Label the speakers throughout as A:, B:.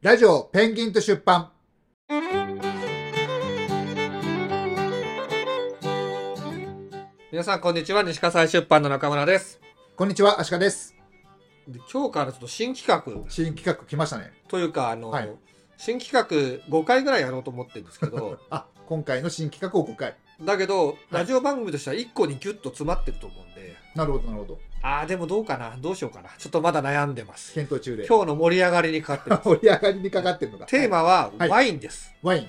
A: ラジオペンギンと出版
B: 皆さんこんにちは西葛西出版の中村です
A: こんにちはアシカです
B: で今日からちょっと新企画
A: 新企画来ましたね
B: というかあの、
A: はい
B: 新企画5回ぐらいやろうと思ってるんですけ ど
A: あ今回の新企画を5回
B: だけどラジオ番組としては1個にギュッと詰まってると思うんで
A: なるほどなるほど
B: ああでもどうかなどうしようかなちょっとまだ悩んでます
A: 検討中で
B: 今日の盛り上がりにかか ってる
A: 盛り上がりにかかってるのがは
B: テーマは
A: はい
B: ワインです、
A: いワイン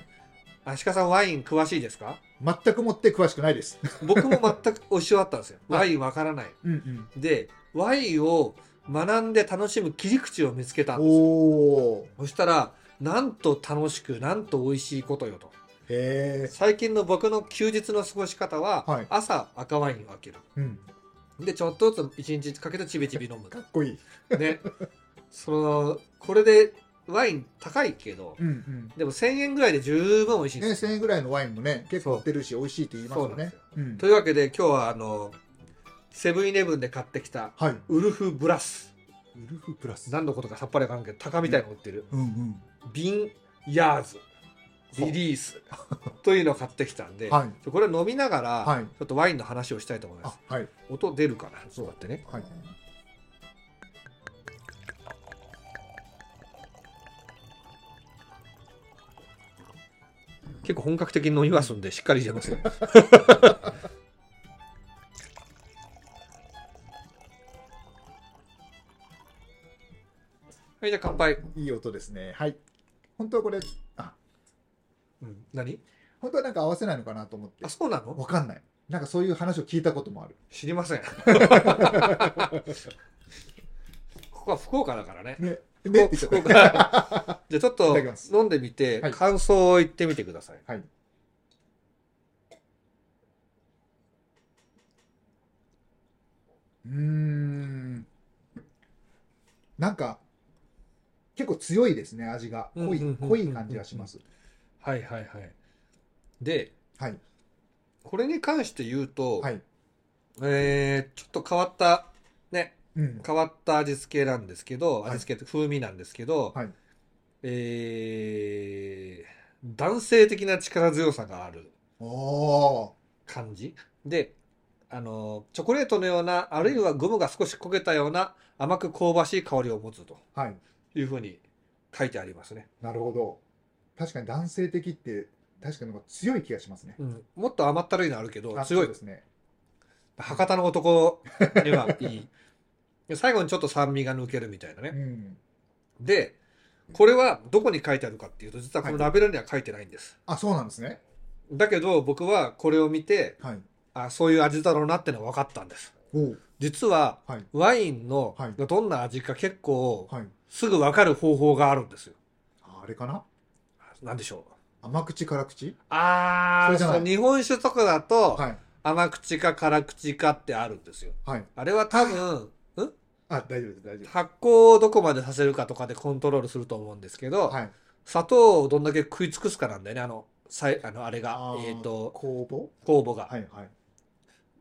B: あしかさんワイン詳しいですか
A: 全くもって詳しくないです
B: 僕も全くおし終わったんですよ
A: はい
B: ワインわからない
A: うんうん
B: でワインを学んで楽しむ切り口を見つけたんですよ
A: おー
B: そしたらなんと楽しくなんと美味しいことよと
A: へえ
B: 最近の僕の休日の過ごし方は、
A: はい
B: 朝赤ワインを開ける
A: うん
B: でちょっとずつ1日かけてちびちび飲
A: か
B: む
A: っこいい
B: ねそのこれでワイン高いけど
A: うんうん
B: でも1000円ぐらいで十分美味しいん
A: ね
B: です、
A: 1000円ぐらいのワインもね結構売ってるし美味しいって言いますよねうん
B: というわけで今日はあのセブンイレブンで買ってきた
A: はい
B: ウルフブラス
A: ウルフプラス
B: 何のことかさっぱりわからんけど鷹みたいの売ってる、
A: うんうん
B: ビンヤーズ
A: そう
B: リリ ースというのを買ってきたんで、
A: はい
B: これを飲みながら、
A: はい
B: ちょっとワインの話をしたいと思います
A: あはい
B: 音出るかなそうやってね
A: はい
B: 結構本格的に飲みますんでしっかりしてますよ はいじゃあ乾杯、
A: いい音ですねはい本当はこれあ
B: うん、何
A: 本当はなんか合わせないのかなと思って
B: あそうなの
A: わかんないなんかそういう話を聞いたこともある
B: 知りません ここは福岡だからね
A: ねね
B: ね
A: って言っちゃっ
B: じゃ あちょっ
A: いた
B: と
A: だきます
B: 飲んでみて
A: はい
B: 感想を言ってみてください。
A: はいたうーんなんか結構強いですね味が濃い
B: うんうんうんうん
A: 濃い感じがします
B: はいはいはい。で、
A: はい
B: これに関して言うと、
A: はい
B: えーちょっと変わった、ね、
A: うん
B: 変わった味付けなんですけど、
A: はい
B: 味付けって風味なんですけど、
A: はい
B: えー男性的な力強さがある
A: おお
B: 感じで、あの、チョコレートのような、あるいはゴムが少し焦げたような甘く香ばしい香りを持つと
A: ーはい
B: いうふうに書いてありますね。
A: なるほど確かに男性的って確かになんか強い気がしますね
B: うん、もっと甘ったるいのあるけど
A: あ
B: 強
A: そう
B: い
A: ですね
B: 博多の男には いいで最後にちょっと酸味が抜けるみたいな
A: う
B: ね
A: ん
B: でこれはどこに書いてあるかっていうと実はこのラベルには書いてないんです、
A: あそうなんですね
B: だけど僕はこれを見て
A: はい
B: あそういう味だろうなってのは分かったんです
A: おう
B: 実は
A: はい
B: ワインの
A: はい
B: どんな味か結構
A: はい
B: すぐ分かる方法があるんですよ
A: ああれかな
B: 何でしょう
A: 甘口辛口
B: あ
A: それ
B: ー
A: じゃない
B: そう日本酒とかだと
A: はい
B: 甘口か辛口かってあるんですよ
A: はい
B: あれは多分ん
A: あ大丈夫です大丈
B: 発酵をどこまでさせるかとかでコントロールすると思うんですけど、
A: 夫はい
B: 砂糖をどんだけ食い尽くすかなんだよねあのさいあのあれが
A: あー
B: えっ、と
A: 工房
B: 酵母が、
A: はいはい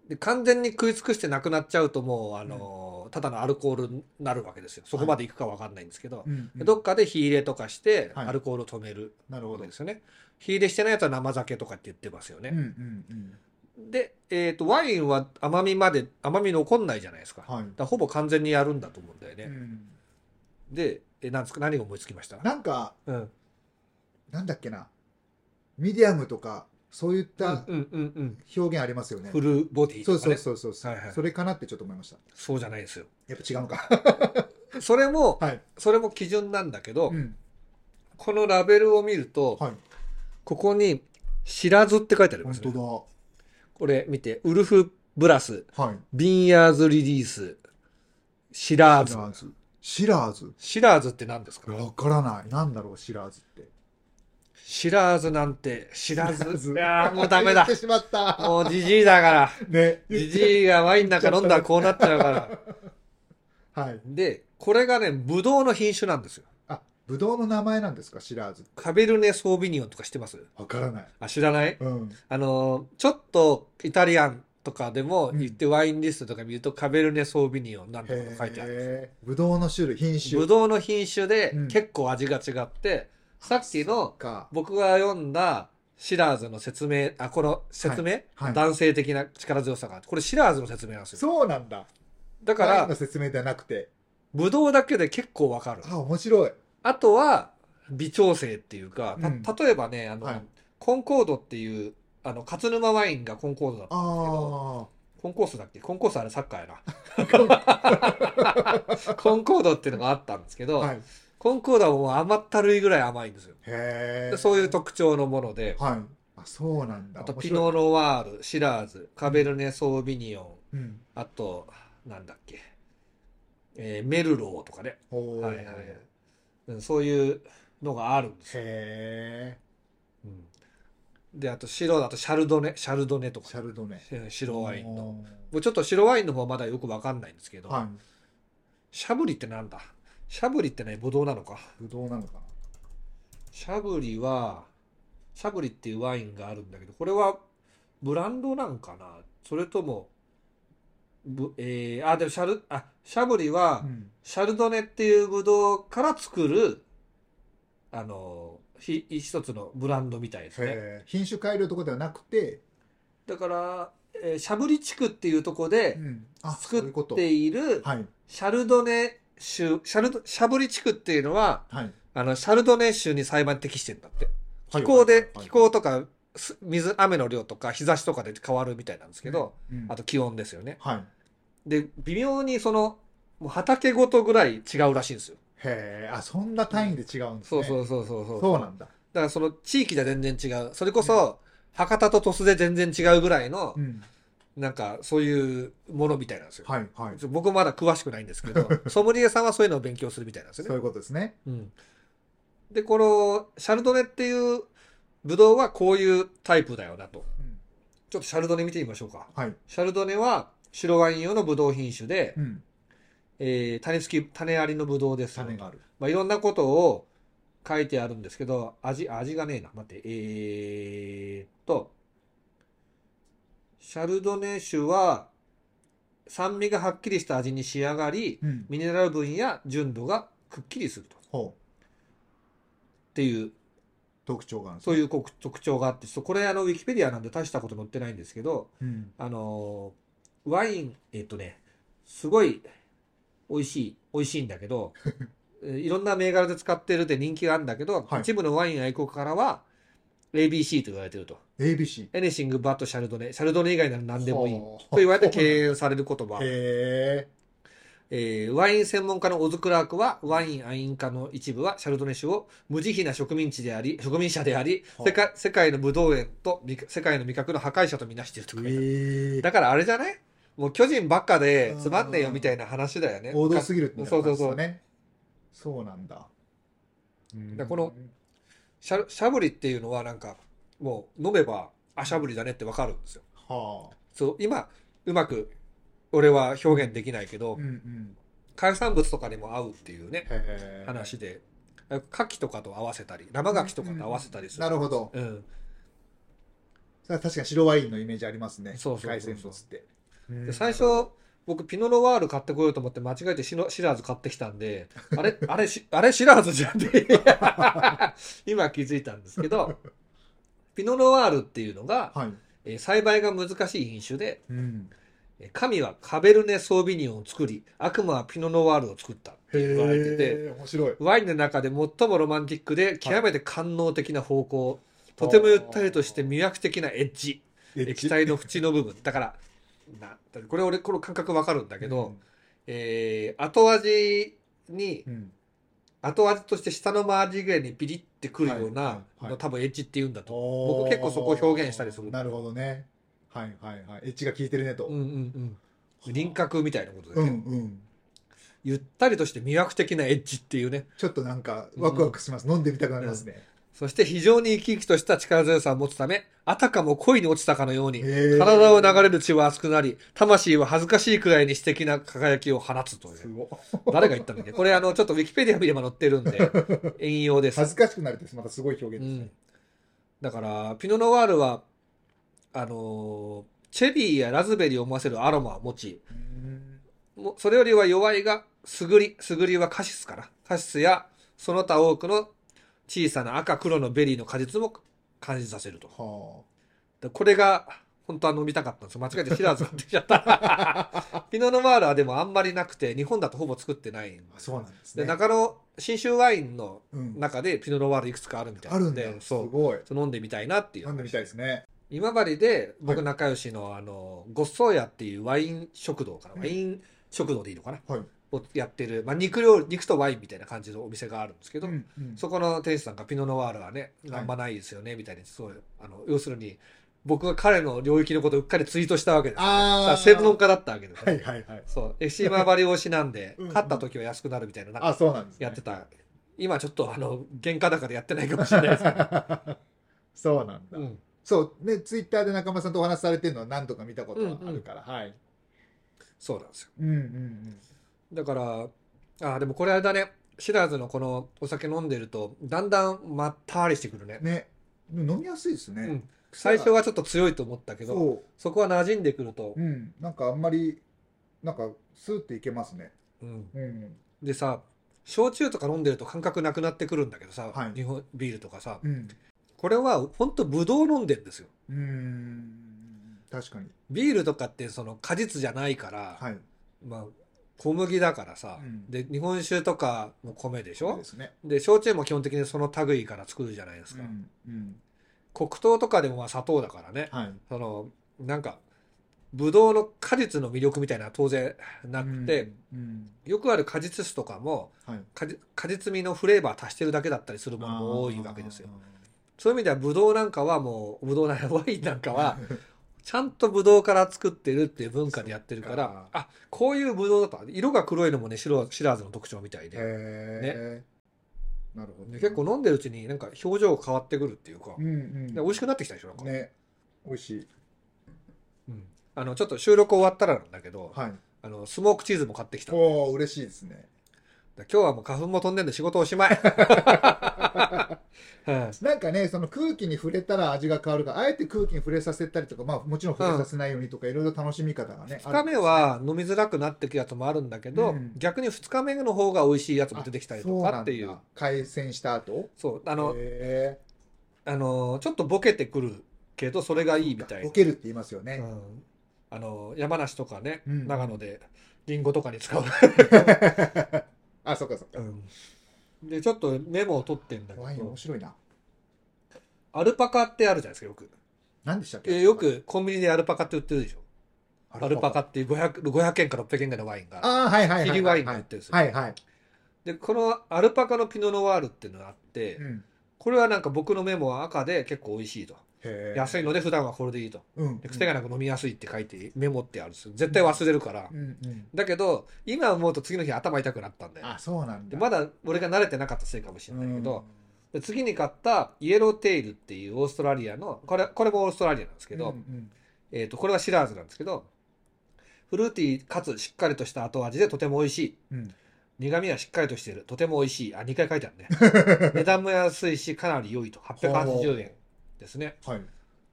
B: で完全に食い尽くしてなくなっちゃうともうあのー、ただのアルコールになるわけですよそこまでいくかわかんないんですけど、
A: うん
B: でどっかで火入れとかして
A: はい
B: アルコールを止める
A: なるほ
B: わ
A: ど
B: け
A: う
B: ですよね、火入れしてないやつは生酒とかって言ってます
A: ん
B: よ
A: う
B: ね、
A: んうん
B: で、えー、とワインは甘みまで甘み残んないじゃないですか,、だか
A: はい
B: らほぼ完全にやるんだと思うんだよね、
A: うん
B: でえなんですか何が思いつきました
A: なんか
B: うん
A: なんだっけなミディアムとかそういった
B: うんうんうん
A: 表現ありますよ
B: うん、
A: ね
B: フルボディと
A: そう
B: か、
A: そうそう
B: ね、
A: そうそ
B: はいはいう
A: それかなってちょっと思いました
B: そうじゃないですよ
A: やっぱ違うの か
B: それも
A: はい
B: それも基準なんだけど、
A: うん
B: このラベルを見ると、
A: はい
B: ここに「知らず」って書いてありま
A: 本
B: す、ね、
A: 当
B: これ見てウルフ・ブラス
A: だはい
B: ビンヤーズ・リリース知ら
A: シ
B: ず
A: ラーズシラーズ
B: 知らずって何ですか
A: わからないなんだろうシラーズって
B: 知らずなんて知らず
A: 知らず
B: いやーもうダメ
A: 言
B: だ
A: ってしまった
B: もうじじいだから
A: ね
B: じじいがワインなんか飲んだらこうなっちゃうから
A: はい
B: でこれがねブドウの品種なんですよ
A: あぶどうの名前なんですかシラーズ
B: カベルネ・ソービニオンとか知ってます
A: わからない
B: あ知らない
A: うん
B: あのーちょっとイタリアンとかでも言って、ワインリストとか見るとカベルネ・ソービニオンなんとか書いてあるんですよ
A: へーぶどうの種類品種
B: ぶどうの品種で
A: うん
B: 結構味が違って、さっきの
A: か
B: 僕が読んだシラーズの説明あこの説明、
A: はい
B: 男性的な力強さがあってこれシラーズの説明なんですよ
A: そうなんだ
B: だか
A: ワイン
B: ら
A: の説明ではなくて
B: ぶどうだけで結構わかる
A: あ面白い
B: あとは微調整っていうか、た
A: うん
B: 例えばねあの、
A: はい
B: コンコードっていうあの勝沼ワインがコンコードだったんですけど
A: あ
B: コンコースだっけコンコースあれサッカーや なコンコードっていうのがあったんですけ
A: あ
B: ど、
A: はいへ
B: コンコードはもう甘ったるいぐらい甘いんですよ
A: え
B: でそういう特徴のもので、
A: はいあそうなんだ
B: あと
A: 面
B: ピ
A: 白い
B: ノノワール、シラーズ、カベルネ・ソービニオ
A: う
B: ン、
A: ん
B: あと、なんだっけ、えーメルローとかね、
A: ほー
B: はいはいはいうんそういうのがあるんですよ。
A: へえ
B: うんで、あと白だとシャルドネ、シャルドネと
A: シ
B: か、
A: ャルドネ
B: うん白ワインの。
A: お
B: 僕ちょっと白ワインの方はまだよくわかんないんですけ
A: ー
B: ど、
A: はい
B: シャブリってなんだシャブリってね、ブドウなのか。
A: ぶどうなのかな
B: シャブリは、シャブリっていうワインがあるんだけど、これはブランドなんかなそれとも、ぶえー、あ、でもシャル、あ、シャブリは
A: う、ん
B: シャルドネっていうブドウから作る、あの、ひ、一つのブランドみたいですね。
A: へえ品種改良とかではなくて
B: だから、えーシャブリ地区っていうとこで
A: うんあそういう
B: 作
A: こ
B: っ
A: と
B: ている
A: はい
B: シャルドネ種、シャルド、シャブリ地区っていうのは、
A: はい
B: あの、シャルドネ種に栽培適してんだって。気候で、気候とか、す水、雨の量とか、日差しとかで変わるみたいなんですけど、、
A: うん
B: あと気温ですよね。
A: はい
B: で、微妙にその、もう畑ごとぐらい違うらしいんですよ。
A: へえあそんな単位で違うんです
B: そ
A: ね
B: うそうそうそうそう。だか
A: そうなんだ
B: らその地域じゃ全然違う。それこそ、博多と鳥栖で全然違うぐらいの
A: う、ん
B: なんかそういうものみたいなんですよ。
A: はいはい
B: ちょ僕まだ詳しくないんです けど、ソムリエさんはそういうのを勉強するみたいなんですよ
A: そうい
B: ね。
A: うことですね
B: うん、で、この、シャルドネっていう、ブドウはこういうタイプだよなと。
A: うん
B: ちょっとシャルドネ見てみましょうか。
A: はい
B: シャルドネは白ワイン用のブドウ品種で、
A: うん
B: えー種付き、種ありのブドウです。
A: 種がある
B: まあ、いろんなことを書いてあるんですけど、味、味がねえな。待って、えーっと、シャルドネ酒は酸味がはっきりした味に仕上がり、
A: うん
B: ミネラル分や純度がくっきりすると。っ
A: ほう
B: ていう、
A: 特徴があるんです
B: そう
A: う
B: いうこ特徴があって、そうこれあの、ウィキペディアなんで大したこと載ってないんですけど、
A: うん
B: あのーワイン、えっとね、すごい美味しい、美味しいんだけ ど、えいろんな銘柄で使ってるで人気があるんだけど、
A: はい
B: 一部のワイン愛好家からは、ABC と言われてると。
A: ABC
B: エネシング、バット、シャルドネ。シャルドネ以外なら何でもいい。と
A: ほう
B: 言われて敬遠される言葉。
A: へ
B: えーワイン専門家のオズ・クラークは、ワイン愛飲家の一部は、シャルドネ酒を無慈悲な植民地であり、植民者であり、
A: はあ
B: 世界世界の武道園とみ世界の味覚の破壊者とみなしていると書いてある
A: え
B: だからあれじゃないもう巨人ばっかでつまんねえよみたいな話だよね。
A: 王道すぎるみたいな感じです
B: そうそ
A: よ
B: うそう
A: ねそうなんだうん
B: だからこのシャシャブリっていうのはなんかもう飲めばあシャブリだねってわかるんですよ。
A: は
B: そう今うまく俺は表現できないけ
A: あ
B: ど
A: うんうん
B: 海産物とかにも合うっていうね
A: へえ
B: 話で牡蠣とかと合わせたり生牡蠣とかと合わせたりする。
A: なるほど
B: うん、
A: それは確かに白ワインのイメージありますね
B: そうそうそうそう
A: 海鮮物って
B: で最初僕ピノノワール買ってこようと思って間違えてシノシラーズ買ってきたんで あれあれしあれシラーズじゃんって今気づいたんですけどピノノワールっていうのが、
A: はい
B: えー栽培が難しい品種で
A: うん
B: えー神はカベルネ・ソービニオンを作り悪魔はピノノワールを作ったって言われてて
A: へえ面白い
B: ワインの中で最もロマンティックで極めて官能的な方向、とてもゆったりとして魅惑的なエッジ液体の縁の部分だからなこれ俺この感覚わかるんだ
A: だ
B: けど、えー後味に
A: うん
B: 後味として下の周りぐらいにピリってくるような、
A: はいはい
B: の多分エッジって言うんだと思
A: 僕
B: 僕結構そこ表現したりする
A: なるほどねはいはいはいエッジが効いてるねと、
B: う、うんうんうん、輪郭みたいなことで
A: う
B: ね、
A: んうん
B: ゆったりとして魅惑的なエッジっていうね
A: ちょっとなんかワクワクします、飲んでみたくなりますね、
B: そして非常に生き生きとした力強さを持つためあたかも恋に落ちたかのように
A: へえ
B: 体を流れる血は熱くなり魂は恥ずかしいくらいに詩的な輝きを放つとい
A: す
B: う
A: ごい
B: 誰が言ったんだっけこれあのちょっとウィキペディア見れば載ってるん で引用です
A: 恥ずかしくなるってまたすごい表現ですね、
B: だからピノ・ノワールはあのーチェリーやラズベリーを思わせるアロマを持ち、
A: うん
B: もそれよりは弱いが、すぐり、すぐりはカシスかな。カシスや、その他多くの小さな赤黒のベリーの果実も感じさせると。
A: は
B: でこれが、本当は飲みたかったんですよ。間違えてシラーズ買ってきちゃった。 ピノノワールはでもあんまりなくて、日本だとほぼ作ってないんで
A: あそうなんです
B: で
A: ね
B: 中野、新州ワインの
A: うん、
B: 中でピノノワールいくつかあるみたい
A: あ
B: な
A: る
B: の
A: んだ
B: で、
A: よす
B: そう。
A: ごい
B: ちょっと飲んでみたいなっていう。
A: 飲んでみたいですね
B: 今治で
A: は
B: 僕
A: い
B: 仲良しの、あのごっそうやっていうワイン食堂から、
A: うん
B: ワイン食堂でいいのかな、
A: はい
B: をやってる、まあ、肉料理肉とワインみたいな感じのお店があるんですけど、
A: うんうん
B: そこの店主さんがピノノワールはね
A: はい
B: あんまないですよねみたいにすごいあの要するに僕が彼の領域のことをうっかりツイートしたわけですよねだか
A: あ
B: ら
A: あ
B: 専門家だったわけです、
A: は
B: ね
A: いはいはい
B: そう FC 今治推しなんで
A: うんうん
B: 勝った時は安くなるみたいななんか
A: あそうなんです、ね、
B: やってた今ちょっとあの原価高でやってないかもしれない ですけ
A: そうなんだ、
B: ど、うん
A: そうねツイッターで中間さんとお話しされてるのは何度か見たことはあるから、はい
B: そうなんですよ
A: うんうん
B: だから、あーでもこれあれだね、シラーズのこのお酒飲んでると、だんだんまったりしてくるね
A: うん。ねでも飲みやすいですね、
B: うん最初はちょっと強いと思ったけど、
A: そ
B: そこは馴染んでくると
A: う、う、ん、なんかあんまりなんかスーっていけますね
B: うん
A: うん
B: でさ、焼酎とか飲んでると感覚なくなってくるんだけどさ、
A: はい
B: 日本ビールとかさ、
A: うん
B: これは本当ブドウ飲んでるんですよ。
A: うーん確かに
B: ビールとかってその果実じゃないから、
A: はい
B: まあ小麦だからさ、
A: うん
B: で日本酒とかも米でし
A: そう
B: ょ
A: で。すね
B: で焼酎も基本的にその類から作るじゃないです
A: う
B: か。
A: ん、うん、
B: 黒糖とかでもまあ砂糖だからね。
A: はい
B: そのなんかブドウの果実の魅力みたいなのは当然なくて、
A: うんうん
B: よくある果実酢とかも
A: はい
B: 果実果実味のフレーバー足してるだけだったりするものも多いわけですよ
A: あ
B: そういう意味ではブドウなんかはもうブドウなんやワインなんか
A: ー
B: はちゃんとブドウから作ってるっていう文化でやってるから
A: そっか
B: あこういうブドウだと色が黒いのもね白シラーズの特徴みたいで、
A: へえ、なるほど
B: で結構飲んでるうちになんか表情変わってくるっていうか、
A: うんうん
B: で美味しくなってきたでしょなんか、
A: ね美味しい
B: うんあのちょっと収録終わったらなんだけど、
A: はい
B: あのスモークチーズも買ってきた
A: おお嬉しいですね
B: 今日はもう花粉も飛んでんで仕事おしま い。うん
A: なんかねその空気に触れたら味が変わるからあえて空気に触れさせたりとかまあもちろん触れさせないようにとかいろいろ楽しみ方がね
B: 2日目は飲みづらくなってくやつもあるんだけど、
A: うん
B: 逆に2日目の方が美味しいやつも出てきたりとかってい
A: あそうなんだ回線した後
B: そうあの、
A: へ
B: あのちょっとボケてくるけどそれがいいみた
A: え
B: いな
A: ボ、ケるって言いますよ
B: う
A: ね、
B: ん、あの山梨とかね、
A: うん
B: 長野でリンゴとかに使う、
A: あそっかそっか
B: うんでちょっとメモを取ってんだ
A: ワ
B: け
A: イン
B: ど
A: 面白いな
B: アルパカってあるじゃないですかよく、
A: 何でしたっけ
B: えよくコンビニでアルパカって売ってるでしょ
A: ア
B: アルパカっていう 500, 500円か600円ぐらいのワインが
A: ああはいはいはい
B: キリワインが売ってるんですよ、
A: はいはい、
B: でこのアルパカのピノノワールっていうのがあって、
A: うん、
B: これはなんか僕のメモは赤で結構美味しいと、
A: へえ
B: 安いので普段はこれでいいと
A: うん
B: で癖がなく飲みやすいって書いてメモってあるんですよ絶対忘れるから、
A: うんうん
B: だけど今思うと次の日頭痛くなったんで
A: あそうなんだ
B: でまだ俺が慣れてなかったせいかもしれないけど、で次に買ったイエローテイルっていうオーストラリアのこれこれもオーストラリアなんですけど、
A: うんうん
B: えー、とこれはシラーズなんですけどフルーティーかつしっかりとした後味でとても美味しい
A: うん
B: 苦味はしっかりとしているとても美味しいあ2回書いてあるね 値段も安いしかなり良いと880円ですね
A: はい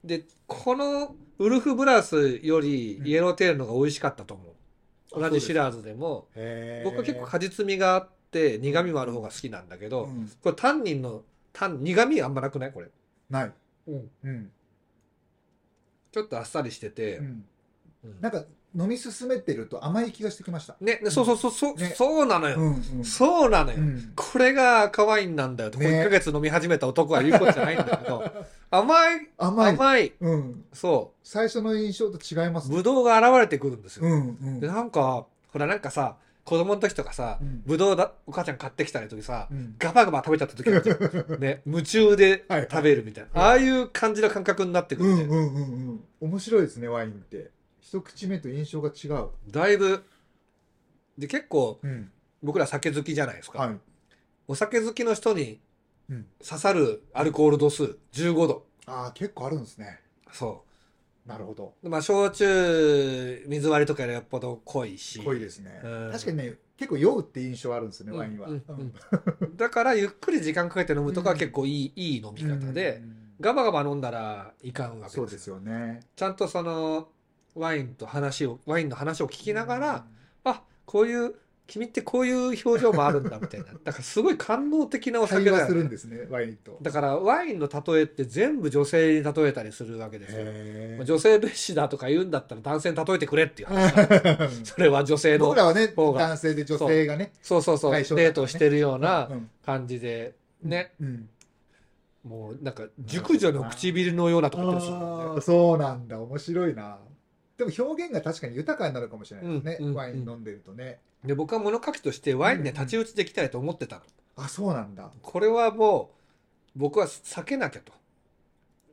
B: でこのウルフブラスよりイエローテールの方が美味しかったと思う、同じシラーズでも
A: へえ
B: 僕は結構果実味があって苦味もある方が好きなんだけど、
A: うん
B: これタンニンのタン苦味あんまなくないこれ、
A: ないうん
B: ちょっとあっさりしてて、
A: うん
B: うん
A: なんか飲み進めてると甘い気がしてきました
B: ねねそうそうそうそう、
A: ね
B: そうなのよ、
A: んうん
B: そうなのよ、
A: うん
B: これが赤ワインなんだよと、
A: ね
B: こう1ヶ月飲み始めた男は言うことじゃないんだ けど甘い
A: 甘い
B: 甘い
A: うん
B: そ
A: 最初の印象と違いま
B: う
A: す
B: ブドウが現れてくるんですよ、
A: うんうん
B: でなんかほらなんかさ子供の時とかさ、
A: うん
B: ブドウだお母ちゃん買ってきたりの時さ、
A: うん
B: ガバガバ食べちゃった時あるじゃ んね夢中で食べるみたいな、
A: はい
B: ああいう感じの感覚になってく
A: う
B: る
A: ん
B: ね、
A: うんうんうん面白いですねワインって一口目と印象が違う
B: だいぶで結構
A: うん
B: 僕ら酒好きじゃないですか、
A: はい
B: お酒好きの人に
A: うん
B: 刺さるアルコール度数15度
A: ああ結構あるんですね
B: そう
A: なるほど
B: まあ、焼酎、水割りとかよりよっぽど濃いし。
A: 濃いですね
B: うん
A: 確かにね結構酔うって印象あるんですよねワインは
B: うんうんうん だから、ゆっくり時間かけて飲むとかは結構いい、いい飲み方で、
A: うん
B: ガバガバ飲んだらいかんわけ
A: そうですよね
B: ちゃんとその、ワインと話を、ワインの話を聞きながら、あ、こういう、君ってこういう表情もあるんだみた いな。だからすごい感動的なお酒
A: 会
B: だ
A: 話
B: よ
A: する
B: ね
A: んですね、ワインと。
B: だからワインの例えって全部女性に例えたりするわけですよ。
A: へ
B: まあ女性蔑視だとか言うんだったら男性に例えてくれっていう話。
A: ー
B: それは女性の
A: 僕、らはね、
B: 方が
A: 男性で女性がね、
B: そうそうそう、
A: 対象だから
B: デ
A: ね
B: ートをしてるような
A: うん
B: 感じで、ね、
A: うん
B: もうなんか熟女の唇のようなとこ言ってるし、
A: あーそうなんだ、面白いな。でも表現が確かに豊かになるかもしれないです
B: うん
A: ね、
B: うん
A: ワイン飲んでるとね。
B: で、僕は物書きとしてワインで太刀打ちできたいと思ってたの。
A: あ、そうなんだ。
B: これはもう、僕は避けなきゃと。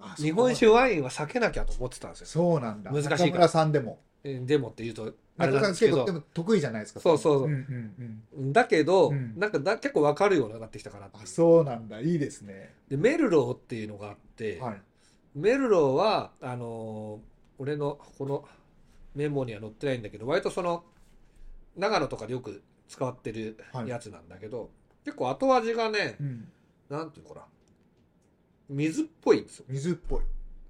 A: あ
B: 日本酒ワインは避けなきゃと思ってたんですよ。
A: そうなんだ。
B: 難しいから
A: 中村さんでも。
B: えでもって言うと、
A: 中
B: あれなん
A: 村さん
B: ですけ
A: 結構
B: ど
A: で、も得意じゃないですか。
B: そうそうそう
A: うんうんうん
B: だけど、
A: うん
B: なんかだ結構わかるようになってきたかなってい
A: あ、
B: う
A: そうなんだ。いいですね。
B: で、メルローっていうのがあって、
A: はい。
B: メルローは、あのー俺のこのメモには載ってないんだけど、割とその、長野とかでよく使ってる
A: はい
B: やつなんだけど、結構後味がね
A: う、ん
B: なんていうのかな、水っぽいんですよ。
A: 水っぽい。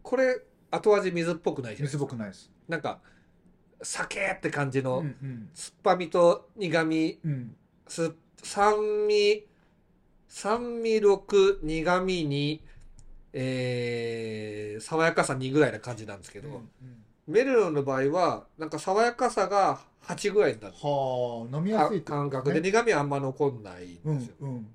B: これ、後味水っぽくないじゃないで
A: 水
B: す
A: っ
B: か
A: ぽ。くないです。
B: なんか、酒って感じ
A: う
B: の、
A: ん
B: 酸っぱみと苦み、
A: うん。うん。
B: す酸味、酸味6、苦味2、えー、爽やかさ2ぐらいな感じなんですけど、
A: うんうん
B: メルロンの場合は、なんか爽やかさが8ぐらいになる。
A: はあ、飲みや
B: か
A: すいってことね
B: 感覚で。苦味はあんま残んないんです
A: う
B: よ。
A: んうん。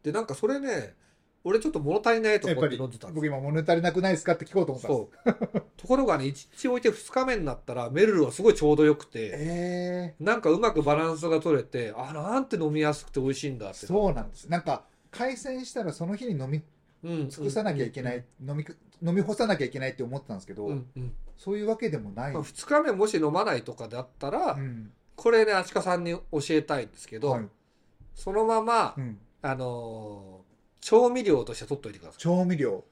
B: で、なんかそれね、俺ちょっと物足りないと
A: やっ
B: 思
A: ぱ
B: って
A: り
B: 飲んでたんです
A: 僕
B: よ。
A: 今物足りなくないですかって聞こうと思ったんです。
B: そう。ところがね、1日置いて2日目になったら、メルロンはすごいちょうどよくて、
A: ええ
B: なんかうまくバランスが取れて、あ、なんて飲みやすくて美味しいんだって。
A: そうなんです。なんか、海鮮したらその日に飲み
B: うん。
A: 尽くさなきゃいけない、飲みく、飲み干さなきゃいけないって思ってたんですけど、
B: うん。うんうん
A: そういうわけでもない。
B: まあ、2日目もし飲まないとかだったら、
A: うん。
B: これね、アシカさんに教えたいんですけど、
A: はい。
B: そのまま、
A: うん。
B: あのー調味料として取っといてくださ
A: 調味料。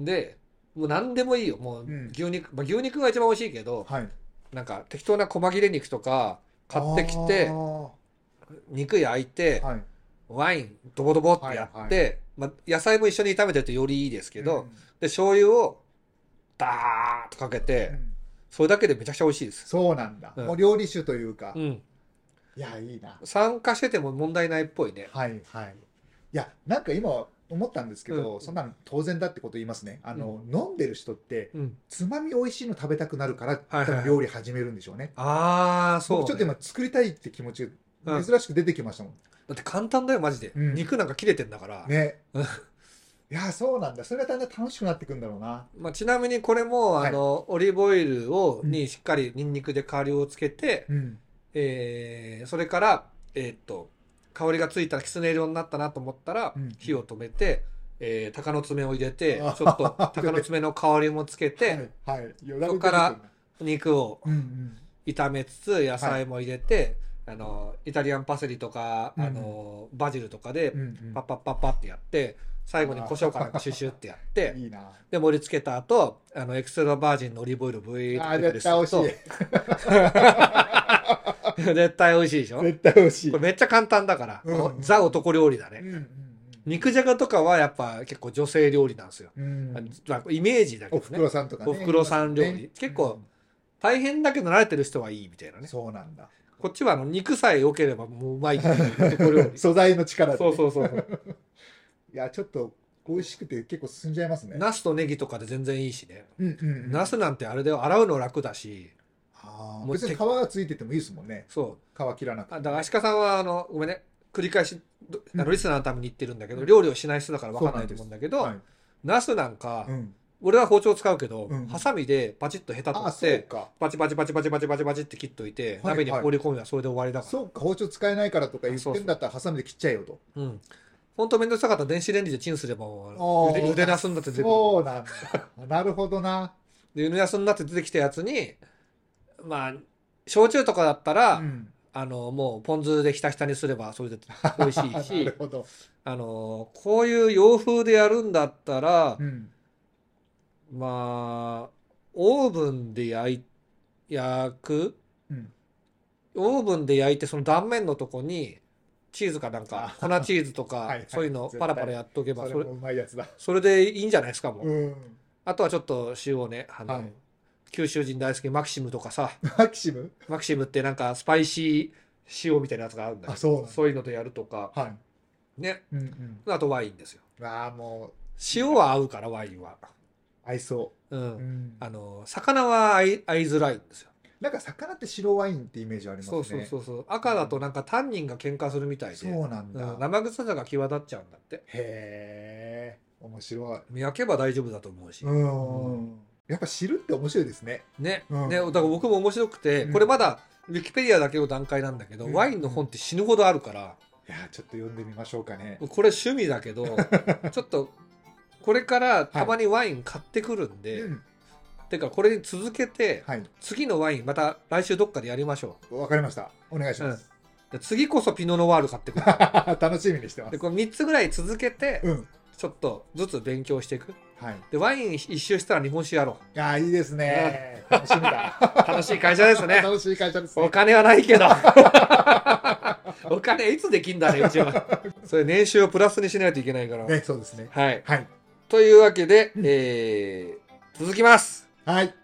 B: い。で、もう何でもいいよ。もう
A: うん
B: 牛肉、まあ、牛肉が一番美味しいけど、
A: はい。
B: なんか適当な細切れ肉とか買ってきて
A: あ、ー
B: 肉焼いて、
A: はい。
B: ワインドボドボってやって、
A: はい
B: まあ、野菜も一緒に炒めてるとよりいいですけど、
A: うん
B: で、醤油をダーッとかけて、
A: うん
B: それだけでめちゃくちゃ美味しいです。
A: そうなんだ。
B: うん
A: もう料理酒というか
B: う。ん。
A: いや、いいな。
B: 酸化してても問題ないっぽいね。
A: はいはい。いや、なんか今思ったんですけど、
B: うん
A: そんなの当然だってこと言いますね。あの、飲んでる人って、
B: うん。
A: つまみ美味しいの食べたくなるから、
B: はいはい
A: 多分料理始めるんでしょうね。
B: ああ、そう、
A: 僕ちょっと今作りたいって気持ち、
B: うん
A: 珍しく出てきましたもん。
B: だって簡単だよ、マジで。
A: うん
B: 肉なんか切れてんだから。
A: ね
B: うん。
A: いや、そうなんだ。それがだんだん楽しくなってくんだろうな。
B: まあ、ちなみにこれも、
A: はい
B: あの、オリーブオイルを、
A: うん
B: にしっかりニンニクで香りをつけて、
A: うん。
B: えー、それから、えーっと、香りがついたらきつね色になったなと思ったら、
A: うん
B: 火を止めて、えー、鷹の爪を入れて
A: あ、
B: ちょ っと鷹の爪の香りもつけて、
A: はい、はい。よ
B: そこから、肉を
A: うんうん。
B: 炒めつつ、野菜も入れて、あの、イタリアンパセリとか、あの、バジルとかで
A: うんうん
B: パッパッパッパってやって、最後に胡椒かなんかシュシュってやって、
A: いいな。
B: で、盛り付けた後、あの、エクストラバージンのオリーブオイルをブイー
A: あ
B: っ
A: ー、絶対
B: て
A: 美味しい。
B: い。 絶対美味しいでしょこ
A: 絶対美味しい。
B: れめっちゃ簡単だから、
A: うんうん
B: ザ男料理だ
A: うん
B: ね。
A: うんうん
B: 肉じゃがとかはやっぱ結構女性料理なんですよ。
A: うん
B: なんかイメージだけ
A: お
B: ど
A: ふく
B: ね
A: ろ。さんとかね。
B: おふくろさん料理
A: いますね
B: 結構大変だけど慣れてる人はいいみたいな
A: うん
B: ね。
A: そうなんだ。
B: こっちはあの肉さえ良ければもううまいっていう 男料理。そ
A: 素材の力で。
B: うそうそう。
A: いや、ちょっと美味しくて結構進んじゃいますね。
B: ナスとネギとかで全然いいしね。
A: うんうんうん。
B: ナスなんてあれだよ、洗うの楽だし、
A: あー
B: もう
A: 別に
B: て
A: 皮がついててもいいですもんね。
B: そう。
A: 皮切らなくて。
B: あだから、アシカさんは、あの、ごめんね、繰り返し、どあ
A: う
B: の
A: ん
B: リスナーのために言ってるんだけど、料理をしない人だから分かんないと
A: そう
B: 思うん
A: な
B: だけ
A: ら
B: ど、ナスなんか
A: う、ん。
B: 俺は包丁使うけど
A: うん、
B: ハサミでパチッとヘタ取
A: あ、
B: っ
A: そう
B: て、
A: か。
B: パチパチパチパチパチパチパチって切っといて、
A: はい
B: 鍋に放り込むのはそれで終わりだか
A: そうか、包丁使えないからとか言ってんだったらハサミで切っちゃえよと。
B: ら。うん。ほんとめんどくさかったら電子レンジでチンすれば
A: あ
B: も
A: ー
B: う、ゆでゆでナスになって出てくる。
A: そうなんだ。なるほどな。
B: で、ゆでナスになって出てきたやつに、まあ、焼酎とかだったら、
A: うん
B: あの、もうポン酢でひたひたにすればそれで美味しい
A: な
B: し
A: る、ほど。
B: あの、こういう洋風でやるんだったら
A: う、ん。
B: まあ、オーブンで焼い、焼く、
A: うん
B: オーブンで焼いて、その断面のとこに、チーズかなんか、粉チーズとか、
A: はいはい
B: そういうのをパラパラやっとけば、
A: それ
B: それ、
A: もうまいやつだ。
B: それでいいんじゃないですか、もう。
A: うん。
B: あとはちょっと塩をね、あの、
A: はい。
B: 九州人大好きマキシムとかさ、
A: マキシム
B: マキシムってなんかスパイシー塩みたいなやつがあるんだ
A: あ、
B: け
A: そうなん
B: ど、
A: だ
B: そういうのとやるとか、
A: はい。
B: ね。
A: うんうん。
B: あとワインですよ。
A: ああ、も
B: 塩は合うから、ワインは。
A: う、合いそうう。
B: ん。
A: ん
B: あの、魚は合い合いづらいんですよ。
A: なんか魚って白ワインってイメージありますね。
B: そうそうそうそう。赤だとなんかタンニンが喧嘩するみたいで、
A: そうなんだ。
B: うん生臭さが際立っちゃうんだって。
A: へえ、面白い。
B: 焼けば大丈夫だと思うし。
A: うん。
B: う
A: やっぱ知るって面白いですね。
B: ね、
A: うん
B: ね、だから僕も面白くて、
A: うん
B: これまだウィキペディアだけの段階なんだけど、
A: うん
B: ワインの本って死ぬほどあるから、
A: いやー、ちょっと読んでみましょうかね。
B: これ趣味だ けど、ちょっと、これからたまにワイン買ってくるんで、
A: うん。
B: てかこれに続けて、
A: はい。
B: 次のワインまた来週どっかでやりましょ
A: わかりました。お願いします。
B: う。で次こそピノノワール買ってくる。
A: 楽しみにしてま。
B: ですこれ3つぐらい続けて、
A: うん。
B: ちょっとずつ勉強していく。
A: はい。
B: で、ワイン一周したら日本酒やろ
A: いやー、いいですね。楽しみだ。
B: う。楽しい会社です ね。
A: 楽しい会社です
B: お
A: ね。
B: 金はないけ ど。お金いつできんだね、 うちは。それ年収をプラスにしないといけないから。
A: ね、そうですね。
B: はい。
A: はい。
B: というわけで、えー、続きます。
A: はい。